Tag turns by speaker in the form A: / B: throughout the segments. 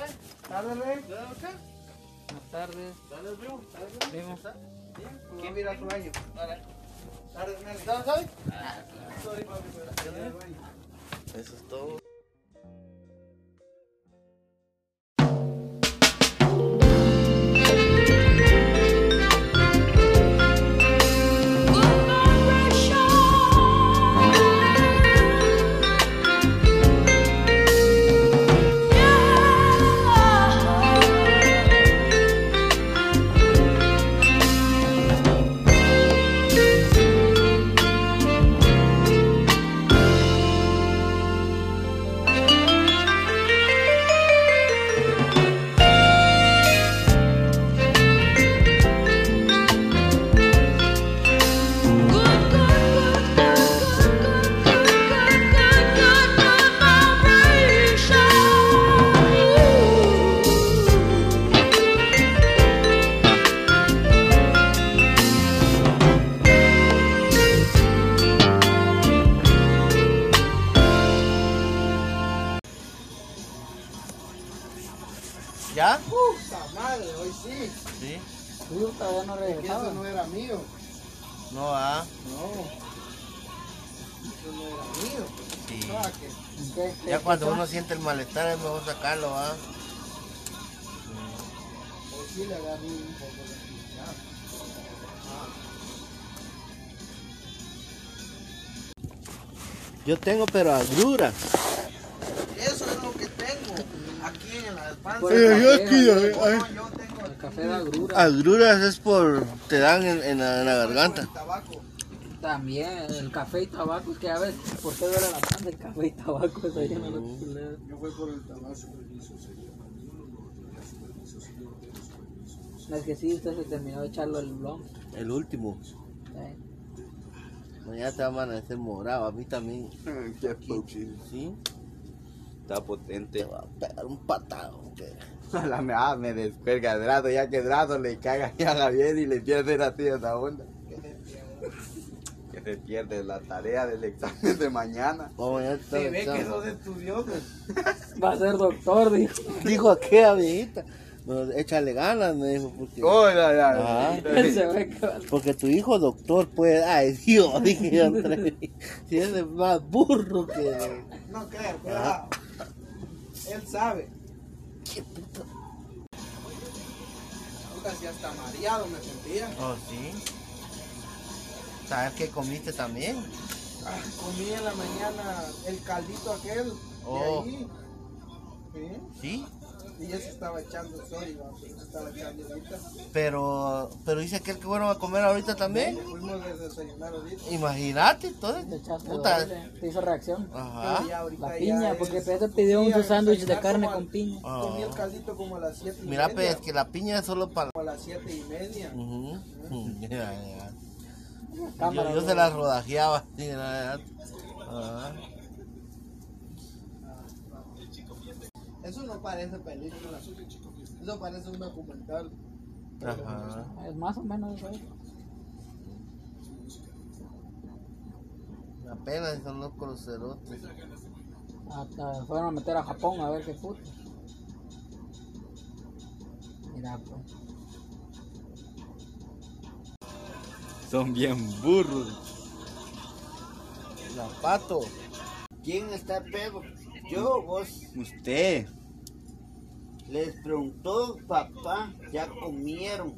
A: tardes, Rey.
B: Buenas tardes.
A: Tardes, primo. Tardes,
B: Primo.
A: ¿Está? Bien. ¿Quién mira su baño? Tardes, Nelly. ¿Sabes? Sorry, papi, pero tardes, baño.
B: Eso es todo. ¿Ya?
A: Puta madre, hoy sí.
B: Sí.
C: Puta, ya no
A: Que eso
C: regresaba.
A: no era mío.
B: No, ah.
A: No. Eso no era mío.
B: Sí.
A: Ah, que
C: ¿Qué- qué-
B: Ya cuando
C: qué-
B: uno siente el malestar es mejor sacarlo, ah.
A: hoy Pues sí le agarré un poco de ya.
B: Yo tengo pero agruras.
A: Eso es lo que tengo aquí en la espalda.
C: Por el
B: yo
C: café,
B: aquí,
C: ¿vale?
B: eh.
A: No, yo tengo
C: El café da agrura.
B: Agruras es por... te dan en, en la, en la garganta.
A: el tabaco.
C: También, el café y tabaco, es que a veces, ¿por qué duele la panza el café y tabaco? Eso ya no lo chuleo.
A: Yo fui por el tabaco.
C: No, Es que sí, usted se terminó de echarlo el blon.
B: El último.
C: ¿eh?
B: Mañana te va a amanecer morado, a mí también.
D: Qué poquito.
B: Sí.
D: Está
B: Te
D: potente.
B: va a pegar un patado. que-
D: A la me, ah, me descuelga el brazo, ya que el brazo le caga ya a Javier y le pierde la tía esa onda. Que se pierde la tarea del examen de mañana.
B: Oh, mañana te está
A: Se ve que
B: besando.
A: sos estudioso.
C: Va a ser doctor, dijo.
B: Dijo aquella viejita. "Bueno, échale ganas, me dijo. Porque...
D: Hola,
B: Ah.
C: Se ve que va-
B: Porque tu hijo doctor puede... Ay, Dios, dije yo entre mí. Si ese es más burro que...
A: No
B: Ah.
A: creo, cuidado. Él sabe. Puta, si hasta mareado me sentía.
B: Oh, sí. ¿Sabes qué comiste también?
A: Ah, Comí en la mañana el caldito aquel
B: Oh.
A: de ahí. ¿Sí?
B: Sí.
A: Y ya se estaba echando sol, iba, se estaba echando ahorita.
B: Pero, pero dice aquel que bueno va a comer ahorita también.
A: Fuimos a desayunar ahorita.
B: Imagínate, entonces.
C: Te echaste
B: Puta.
C: doble, Te hizo reacción.
A: Pero ya
B: Ajá.
A: ahorita
C: La
A: ya
C: piña,
A: es-
C: porque Pedro pidió
A: Sí,
C: un
A: al
C: sándwich de
A: desayunar
C: carne
A: como
C: con
A: al-
C: piña.
A: Comí el
B: Ah.
A: caldito como a las 7 y
B: Mira,
A: media.
B: pues, que la piña es solo para...
A: Como a las 7 y media.
B: Ujú. Ya, ya.
C: Cámara.
B: Yo, yo se
C: güey.
B: las rodajeaba. sí, la verdad. Ajá.
A: Eso no parece película. Eso parece un documental.
B: Ajá.
C: Es más o menos eso.
B: Apenas son los crucerotes.
C: Hasta fueron a meter a Japón a ver qué puto. Mira, pues.
D: Son bien burros.
B: Zapato. ¿Quién está pedo?
E: Yo, vos,
D: Usted.
E: les preguntó papá, ¿ya comieron?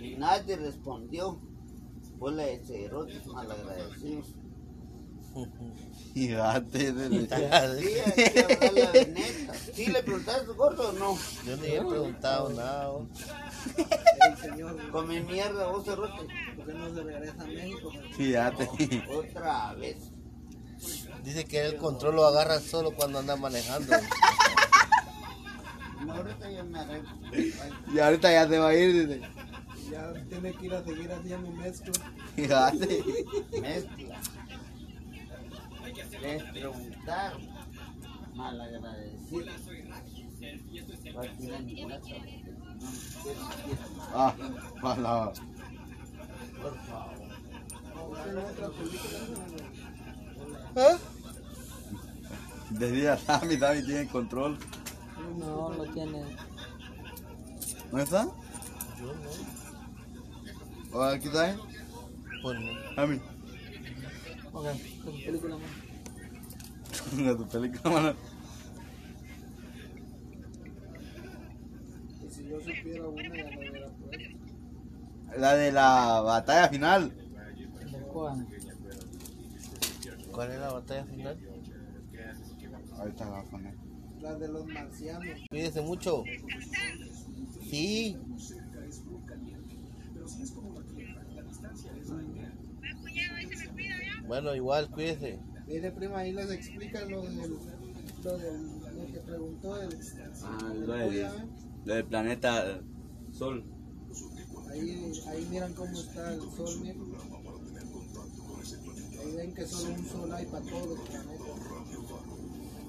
E: Y nadie respondió. Bola de cerotes malagradecidos.
D: Gigante
E: Sí, hay que hablar la neta. ¿Sí le preguntaste gordo o no?
B: Yo ni he preguntado nada. oh.
A: El señor,
E: Come mierda vos cerote.
A: ¿por qué no se regresa a México?
D: Fíjate.
E: Otra vez.
B: Dice que el control lo agarra solo cuando anda manejando.
E: No, ahorita ya me arreglo.
D: Y ahorita ya se va a ir, dice.
A: Ya tiene que ir a seguir haciendo mezcla.
D: Fíjate.
E: Mezcla. Les preguntaron. Malagradecidos. Va a tirar mi plato. No, quiero, quiero.
D: Ah, para
E: Por favor.
D: Decía Sammy, Sammy tiene control.
A: No,
C: No, no tiene.
D: ¿No está? ¿O aquí está? él?
B: Pues,
D: A mí.
C: Ok, con película más.
D: A tu película, mano.
A: Y si yo supiera una, ya no hubiera puesto.
D: La de la batalla final.
C: ¿De cuál?
B: ¿Cuál es la batalla final?
D: Ahorita la voy a poner.
A: La de los marcianos.
B: Cuídese mucho. Sí. Bueno, igual, cuídese.
A: Mire, prima, ahí les explica lo del. Lo del. Lo que preguntó el.
D: Ah,
A: el
D: lo del,
A: Buda, ¿eh?
D: lo del planeta Sol.
A: Ahí, ahí miran cómo está el sol, miren. Ahí ven que solo un sol hay para todos los planetas.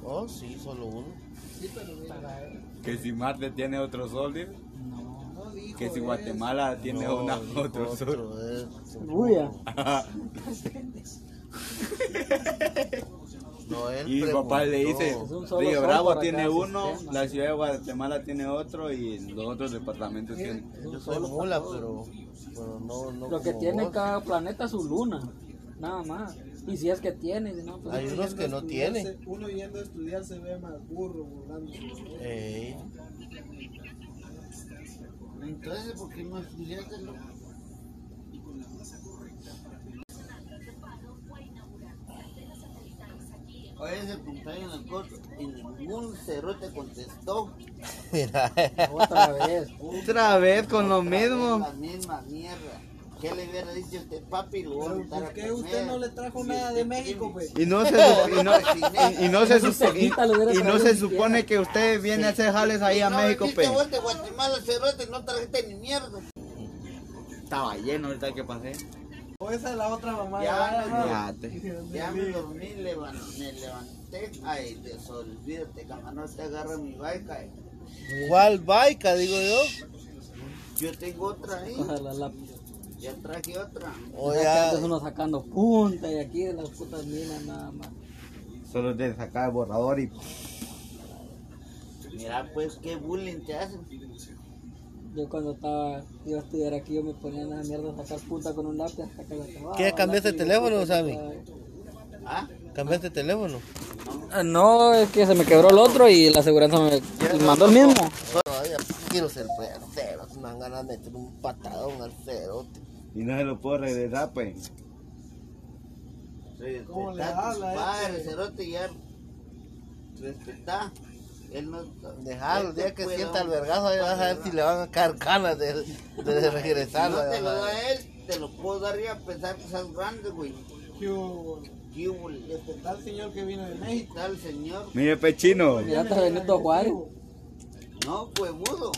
B: Oh, sí, solo uno.
A: Sí, pero mira,
D: Que si Marte tiene otro sol, dice.
C: No.
A: no dijo.
D: Que si
A: es-
D: Guatemala tiene
B: No,
D: una,
B: dijo eh,
D: otro sol.
B: es-
C: Buya.
B: No, él
D: Y mi papá le dice,
B: preguntó.
C: un solo
D: Río
C: sol
D: Bravo
C: para
D: tiene
C: cada
D: uno,
C: sistema.
D: la ciudad de Guatemala tiene otro y los otros departamentos tienen.
B: Yo soy mula, pero, pero no, no
C: Lo que
B: como
C: tiene
B: vos.
C: cada planeta es su luna. Nada más. Y si es que tiene, si no, pues.
B: Hay unos que no tienen.
A: Estudiarse- Uno yendo a estudiar se ve más burro volando.
B: Ey.
A: Entonces, ¿por qué no estudiaste?
F: Oye, se preguntaron en el corto y ningún cerro te contestó.
B: Mira,
C: Otra vez.
D: Otra vez con lo mismo.
F: La misma mierda. ¿Qué le hubiera dicho a usted, papi? Lo voy a invitar
A: ¿Por
F: a
A: qué
F: comer.
A: usted no le trajo nada de México, pues?
D: Y no se, su- y no, y- y no se,
C: Esa
D: supo- y-
C: cejita lo hubiera
D: y no
C: traído
D: se
C: ni
D: supone que usted viene a hacer jales ahí a
F: no
D: México, pues.
F: viniste
D: pe.
F: vos de Guatemala, cerrote, no trajiste ni mierda.
D: Estaba lleno ahorita que pasé.
A: O esa es la otra mamá. Ah,
F: Ya,
D: Fíjate.
F: Ya me dormí, levan- me levanté. Ay, desolvídate, camarón, te agarra mi baica. eh.
B: ¿cuál baica, digo yo?
F: Yo tengo otra ahí.
C: Ojalá la.
F: Ya traje otra.
B: O
C: ya que
B: ya,
C: antes uno sacando punta y aquí de las putas minas nada más.
D: Solo de sacar el borrador y
F: Mira, pues, qué bullying te hacen.
C: Yo cuando estaba, iba a estudiar aquí, yo me ponía en esa mierda a sacar punta con un lápiz hasta que la acababa.
B: ¿Qué, cambiaste
C: Lápiz,
B: teléfono,
C: puta,
B: Sammy?
F: ¿Ah?
B: cambiaste el teléfono.
C: Ah, No, es que se me quebró el otro y la aseguranza me mandó el mismo.
B: Todavía quiero ser cero. Me dan ganas de meter un patadón al cerote.
D: Y no se lo puedo regresar, pues.
A: ¿Cómo le
F: Respetá a tus
A: habla, eh?
F: padres, cerote, ya. Respetá. Él no.
B: Dejarlo, el
F: él te
B: día que
F: puede
B: sienta el
F: dar un
B: vergazo, ahí vas a ver si le van a caer ganas de, de regresarlo.
F: No
B: ahí
F: te lo
B: vas a ver.
F: da él, te lo puedo dar yo a pesar que seas grande, güey.
A: Yo,
F: ¿Qué hubo, le-
A: este tal señor que vino de
F: ¿Qué
A: México.
F: tal, señor?
D: Mire, pechino,
C: Mira, está Benito Juárez.
F: No, huevudo.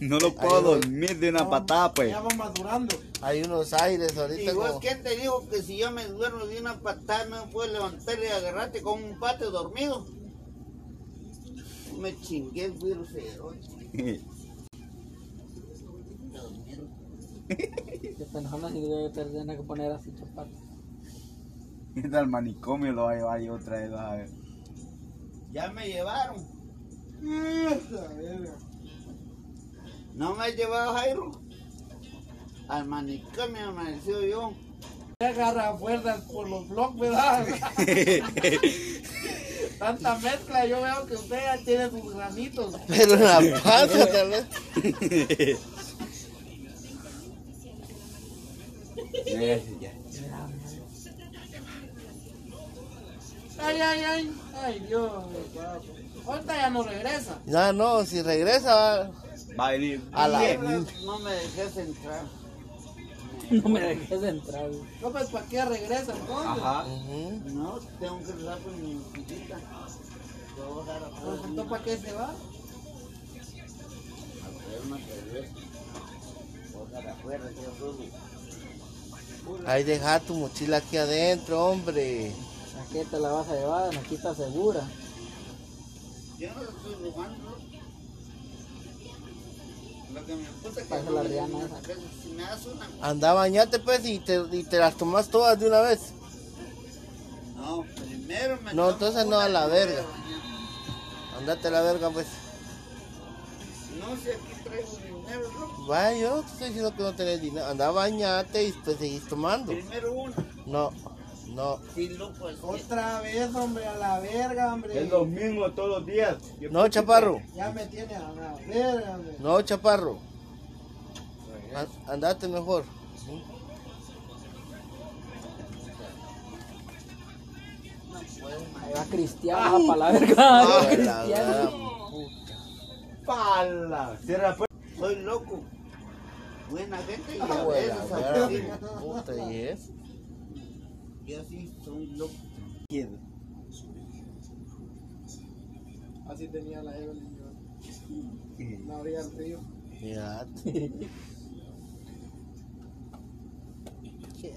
D: no lo puedo dormir de una patada, pues.
A: Ya va madurando.
B: Hay unos aires
F: ¿Y
B: ahorita
F: vos
B: como...
F: quién te dijo que si yo me duermo de una patada no puedo levantar y agarrarte con un pato dormido? Me chingué el virus, eh, cerote.
C: Que pensando si yo tenía que poner así chupar.
D: Mira, al manicomio lo va a llevar yo otra vez, vas a ver.
F: Ya me llevaron.
A: Esa verga.
F: ¿No me has llevado, Jairo? Al manicomio me amaneció yo.
A: Ya agarra fuerzas por los blogs, ¿verdad? Tanta mezcla, yo veo que usted ya tiene sus granitos.
B: Pero en la panza tal vez.
D: Ya, ya, ya.
A: Ay, ay, ay. Ay, Dios. guapo. Ahorita ya no regresa.
B: No, no, si regresa va
D: Va a venir.
B: a la...
F: Mierda, No me dejes entrar.
C: No me dejes de entrar. güey.
A: No, pues, ¿para qué regresa entonces?
D: Ajá.
B: Ujú.
F: No, tengo que rezar por mi chiquita. Te voy a dar a
A: Pues,
F: todos
A: entonces, ¿para qué se va?
F: a traer una cerveza. Te voy a dar afuera, tío Rubi.
B: Ahí deja tu mochila aquí adentro, hombre.
C: ¿A qué te la vas a llevar? Aquí está segura.
F: Yo no lo estoy robando. Lo que me puta que
C: Pásala,
F: no me
C: Rihanna,
F: den una
C: esa.
F: cerveza. Si me das una,
B: Anda, bañate pues y te, y te las tomas todas de una vez.
F: no, primero me
B: No,
F: tomo
B: entonces no,
F: una
B: a la
F: y luego
B: verga.
F: mañana.
B: Andate a la verga, pues.
F: No sé, aquí traigo dinero, ¿no?
B: Vaya, yo no te estoy diciendo que no tenés dinero. Anda, bañate y después seguís tomando.
F: Primero uno.
B: No, no.
F: Sí, loco, es que-
A: Otra vez, hombre, a la verga, hombre.
D: Es lo mismo todos los días.
B: No, chaparro.
A: Ya me tiene a la verga, hombre.
B: No, chaparro.
F: Pues.
B: An- Andate mejor. ¿sí?
C: Ahí va Cristiano, para la verga.
B: Ay,
C: ahí va
B: Ah, la gran
C: Cristiano.
B: puta.
D: Pala. Cierra la pues. puerta.
F: Soy loco. Buena gente y a
B: Hijo de
F: veces
B: Ah, la
F: así.
B: gran puta, ¿y es?
F: Yo sí soy loco.
A: Así tenía la Evelyn, yo. La orilla del río.
B: Mira. ¿Qué?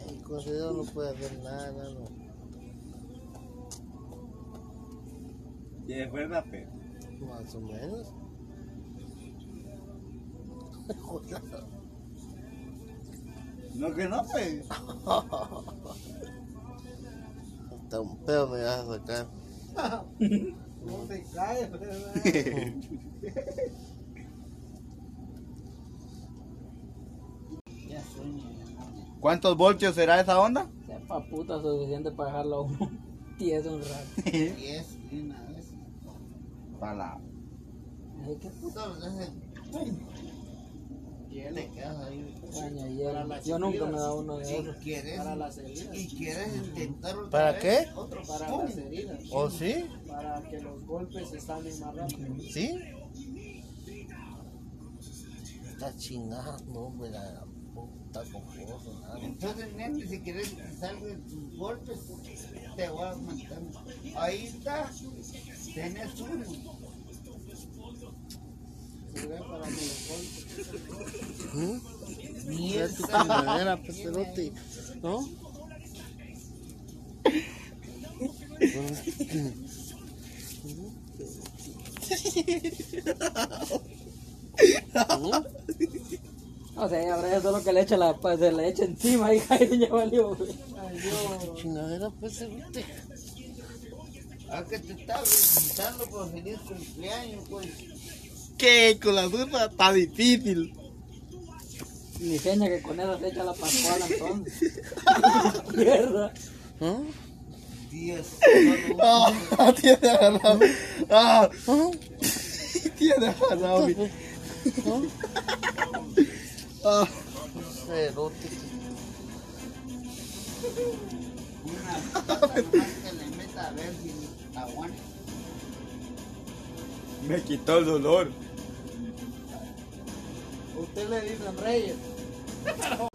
B: El corredor no puede hacer nada, no.
D: Y es verdad, pe.
B: Más o menos.
D: No que no, pe.
B: Hasta un pedo me vas a sacar.
A: No se cae, pues, ¿verdad?
F: Ya sueño. ya no.
D: ¿Cuántos voltios será esa onda?
C: Sepa puta suficiente para dejarlo a uno tieso un rato.
F: Y es una vez.
D: Pala.
C: Ay, qué
F: Puta, pues, ¿verdad? Y él le quedas ahí.
C: extraña hielo. Yo nunca me da uno de
F: Si
C: esos.
F: quieres,
A: Para las heridas.
F: y quieres intentar otra
B: ¿Para
F: vez,
B: qué?
F: Otro
A: Para
F: pum.
A: las heridas.
B: ¿O Oh, sí?
A: Para que los golpes se sanen más rápido.
B: ¿Sí? Está chingando, hombre, la gran puta con cosas, nada.
F: Entonces, nene, si quieres que salga de tus golpes, te voy a matar. Ahí está. Tienes uno.
A: Sirve para que los golpes.
B: ¿Mm?
F: Ni
B: Ya
F: él
B: tu
F: sabe.
B: chingadera, pues, cerote, ¿no?
C: O sea, ya habrá eso lo que le echa la pa- se le echa encima y cae ya valió. güey.
A: Ay, yo.
B: Chingadera, pues, cerote.
F: A que te está felicitando por feliz cumpleaños, pues.
B: ¿Qué? Con la zurda está difícil.
C: Ni seña que con esa se echa la pascuala entonces. Mierda.
B: ¿Ah?
F: Dios.
B: Ah, tiene agarrado. Ah, ah. tiene agarrado. Ah, cerote.
F: Una pata nomás que le meta a ver si aguanta.
D: Me quitó el dolor.
A: Usted le dicen Reyes.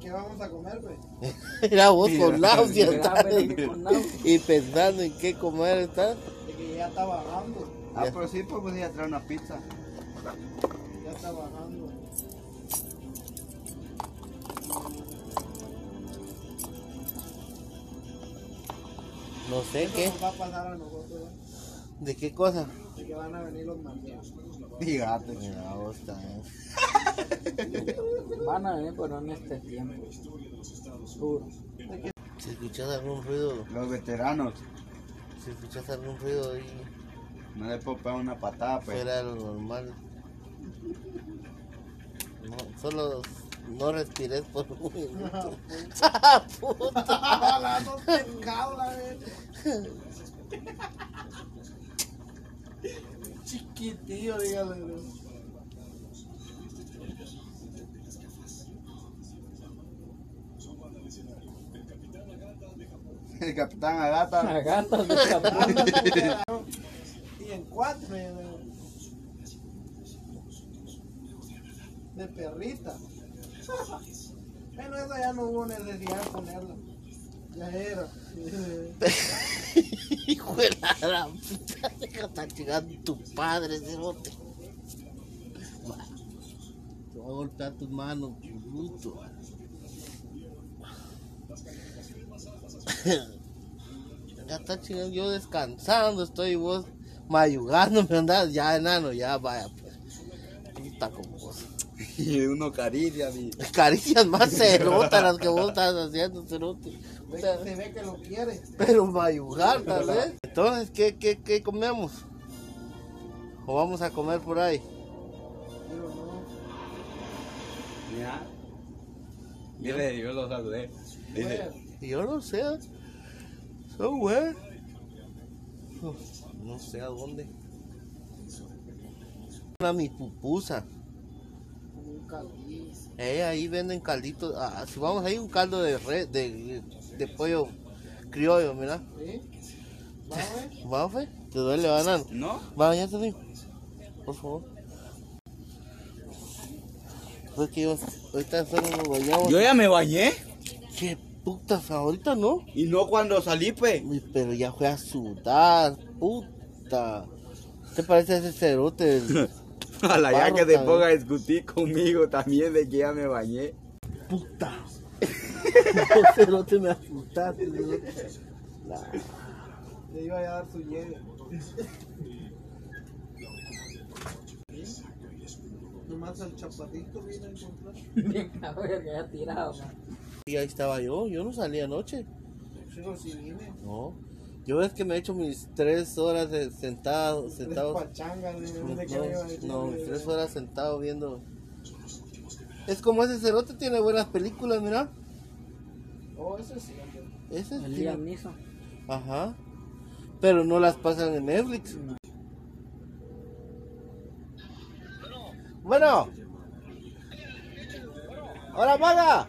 A: ¿Qué vamos a comer, pues? güey?
B: Era vos con náuseas
C: Mira,
B: estás,
C: bueno, que con náuseas.
B: y pensando en qué comer estás.
A: De que ya está bajando.
D: Ah, pero sí, pues podía traer una pizza.
A: Ya está bajando.
B: No sé qué,
A: nos va a pasar a nosotros, güey?
B: de qué cosa.
A: De que van a venir los mandados.
D: Dígate.
B: Mira vos también.
C: Van a venir, pero en este tiempo. Juro.
B: Si escuchas algún ruido,
D: Los veteranos.
B: si escuchas algún ruido ahí
D: No le puedo pegar una patada, pues.
B: fuera de lo normal. No, solo no respires por un minuto. Puta.
A: ¡Ah, no te cabla, güey! Chiquitillo, dígale, güey.
D: El capitán Agata.
C: La gata de cabrón.
A: Y en cuatro, güey. De perrita. Bueno, eso ya no hubo necesidad de ponerla. Ya era.
B: Hijo de la gran puta, deja estar chingando tu padre, cerote. Va. Te voy a golpear tu mano, bruto. Ya está chingando, yo descansando estoy y vos mayugándome, andás ya enano, ya vaya. pues. Puta con vos.
D: Y uno caricia, mi.
B: Caricias más cerotas las que vos estás haciendo, cerote.
A: Ve que Se ve que lo quiere.
B: Pero mayugar, tal vez. Entonces, ¿qué, qué, qué comemos? ¿O vamos a comer por ahí?
A: Pero no,
D: Mira. Dice, yo lo saludé. Pues, Dice,
B: Yo no sé. Somewhere. No sé a dónde. A mi pupusa.
A: un caldillo.
B: Eh, ahí venden calditos. Ah, si vamos ahí un caldo de red, de, de pollo criollo, mira.
A: ¿Sí? ¿Va a ver?
B: Va, fe. Te duele, banano.
D: ¿no?
B: Va, ya te digo. Por favor. Pues que yo, ahorita solo nos bañamos.
D: Yo ya me bañé.
B: Qué putas, ahorita no.
D: Y no cuando salí, pe.
B: Uy, pero ya fue a sudar, puta. ¿Qué parece ese cerote? El
D: A la ya
B: Barro,
D: que te
B: cabrón.
D: ponga a discutir conmigo también de que ya me bañé.
B: puta. No, cerote, me asustaste, cerote. Nah.
A: Le iba a dar su lleve. Nomás al chapadito vino a encontrar.
C: Bien cabrón, ya tirado, man.
B: Y ahí estaba yo, yo no salí anoche.
A: Pero si vine.
B: No. Yo ves que me he hecho mis tres horas de sentado,
A: Tres
B: sentado.
A: pachangas de
B: No,
A: dónde que me iba a decir.
B: no, mis tres horas sentado viendo. Es como ese cerote tiene buenas películas, mira.
A: Oh, eso sí. hombre.
B: Ese
C: El
B: tiene-
C: Liam Neeson.
B: Ajá. Pero no las pasan en Netflix.
C: No.
B: Bueno. Hola, maga.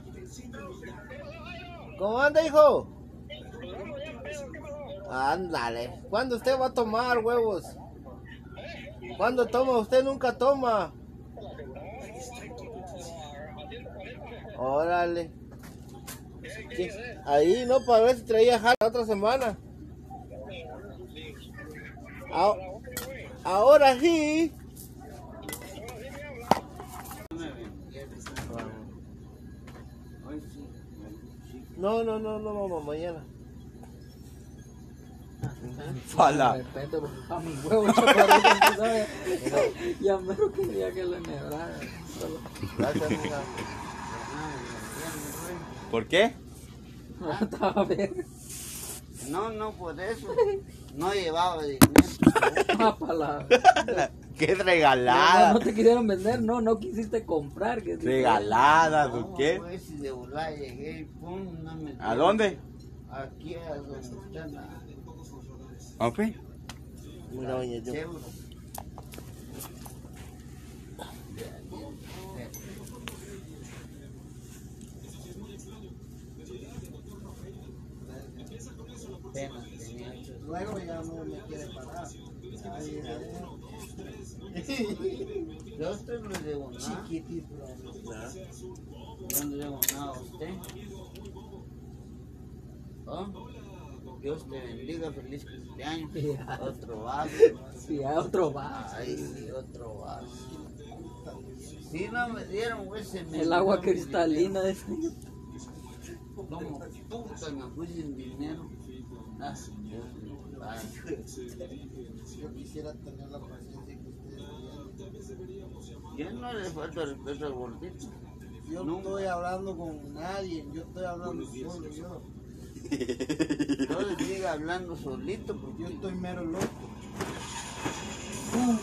B: ¿Cómo anda, hijo? Ándale. ¿Cuándo usted va a tomar huevos? ¿Cuándo toma? Usted nunca toma. Órale. ¿Qué? Ahí no para ver si traía jala la otra semana. Ah, ahora sí. No, no, no, no, mamá, mañana.
D: Fala.
C: Respeto, porque pa' mi huevo, chaparrito, tú sabes. Ya mero quería que lo enhebrara. Solo.
B: Gracias, hija.
D: ¿Por qué?
C: No estaba bien.
F: No, no, por eso. No llevaba dinero.
C: Una palabra.
D: ¡Qué
C: No, no
D: regalada!
C: te quisieron vender, no, no quisiste comprar. Que
D: ¿Regalada o
F: No,
D: qué?
F: Pues, si de volar llegué y pum, no me
D: ¿A dónde?
F: Aquí a donde está la
D: Ok.
B: Mira, doña, yo-
F: cebra. Pena, tenía hecho.
A: Luego ya no me quiere parar. eh. Ay,
F: Yo usted no le debo nada.
A: Chiquitis, bro.
F: Yo no le debo nada a usted. ¿Oh? Dios te bendiga, feliz cumpleaños.
C: Ya.
F: Otro vaso.
C: Si a otro va.
F: Ay, sí, otro vaso. Si no me dieron, güey, se me
C: El agua
F: olvidó mi
C: cristalina de
F: dinero. Como puta me fui sin dinero. Ah, Dios mío. Ay,
A: Yo quisiera tener la paciencia que ustedes tienen.
F: Yo no le falta respeto al gordito.
A: Yo no estoy hablando con nadie, yo estoy hablando solo. Yo,
F: Yo le sigo hablando solito porque
A: yo
F: yo
A: estoy mero loco. ¡Pum!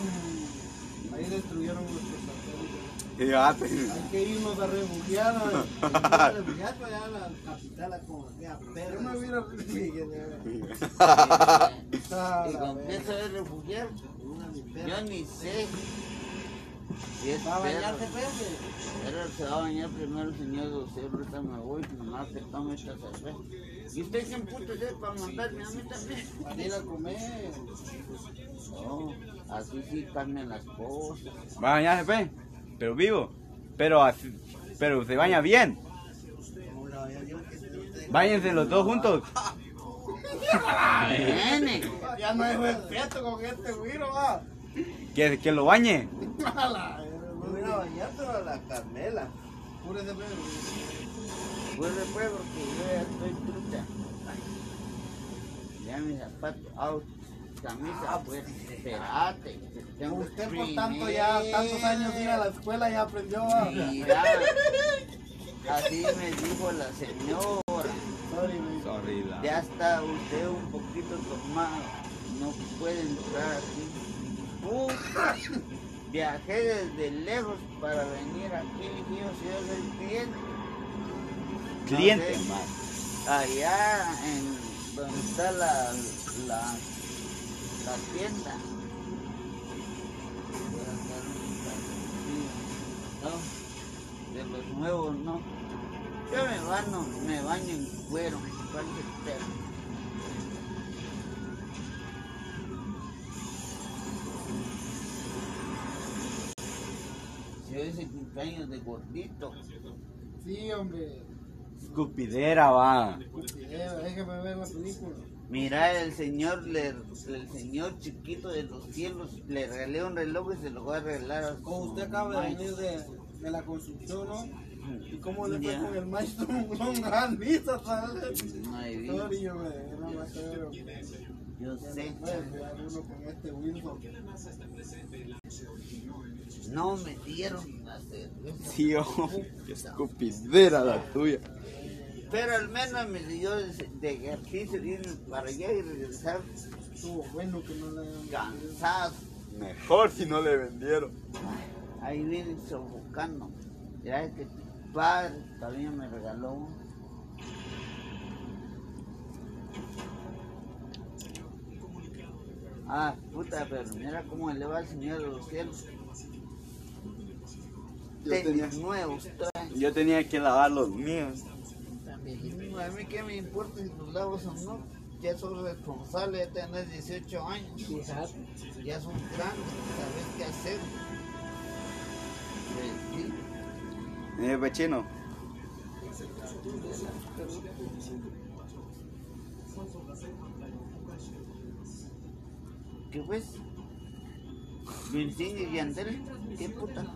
A: Ahí destruyeron los pesateros.
D: Y va, pe-
A: Hay que irnos a refugiar a, a refugiar para allá a la capital, a como sea. Pero me hubiera refugiado.
F: Y con qué se ve refugiar. Yo ni sé. Si es
A: ¿Va a
F: perro.
A: bañarse, pues? Pepe?
F: Pero se va a bañar primero, señor doctor. Ahorita me voy, pues, nomás que tome esta cerveza. ¿Y usted quién puto es para mandarme a mí también?
A: Para ir a comer.
F: No, así sí cambian las cosas.
D: Va a bañarse, pe. Pero vivo. Pero así. Pero se baña bien. Báñense los dos juntos.
F: ¡Viene!
A: Ya no hay respeto con este güiro, va.
D: Que, que lo bañe.
B: Mira, bañarte a la Carmela.
A: Púrese, Pedro.
F: Pues después, porque yo ya estoy trucha. Ya mis zapatos, out. Camisa, pues, espérate. Tengo
A: Ah, Usted por tanto ya, tantos años de ir a la escuela, ya aprendió. va.
F: Mira, así me dijo la señora.
A: Sorry, güey.
D: Sorry, la-
F: Ya está usted un poquito tomado. No puede entrar aquí. bus, viajé desde lejos para venir aquí, yo soy el cliente.
D: Cliente,
F: Entonces,
D: hermano.
F: allá en donde está la, la, la tienda. No, de los nuevos no. Yo me baño, me baño en cuero, cualquier pelo. Si hoy es el cumpleaños de gordito.
A: Sí, hombre. Pues,
D: Escupidera, va.
A: Cupideira, déjame ver la película.
F: Mira, el señor, le- el señor chiquito de los cielos le regalé un reloj y se lo voy a regalar. a su
A: Como usted acaba de
F: mamá.
A: venir de, de la construcción, ¿no? ¿Y cómo le fue
F: Ya.
A: con el maestro? Ah, Son gran misa, ¿sabes?
F: No he visto.
A: Sorry, hombre, no me atrevo.
F: Yo sé.
A: Puede quedar uno con este Wilson.
F: No me dieron la cerveza.
G: Sí, ojo, qué escupidera la tuya.
F: Pero al menos me dio de de ejercicio de irme para allá y regresar
A: Estuvo bueno que no le hayan vendido.
F: cansado.
G: Mejor si no le vendieron.
F: Ahí viene sofocando. Ya que tu padre también me regaló uno. Ah, puta, pero mira cómo eleva el Señor de los cielos.
G: Yo
F: Tenis
G: tenía-
F: nuevos trae.
D: Yo tenía que lavar los míos.
F: También, a mí qué me importa si los lavos o no. Ya soy responsable, ya tenés 18 años.
C: Fíjate.
F: Ya son grandes, sabes qué hacer. Pues, sí.
D: Eh, pechino.
F: ¿Qué pues? Virginia y Yandel, ¿qué puta?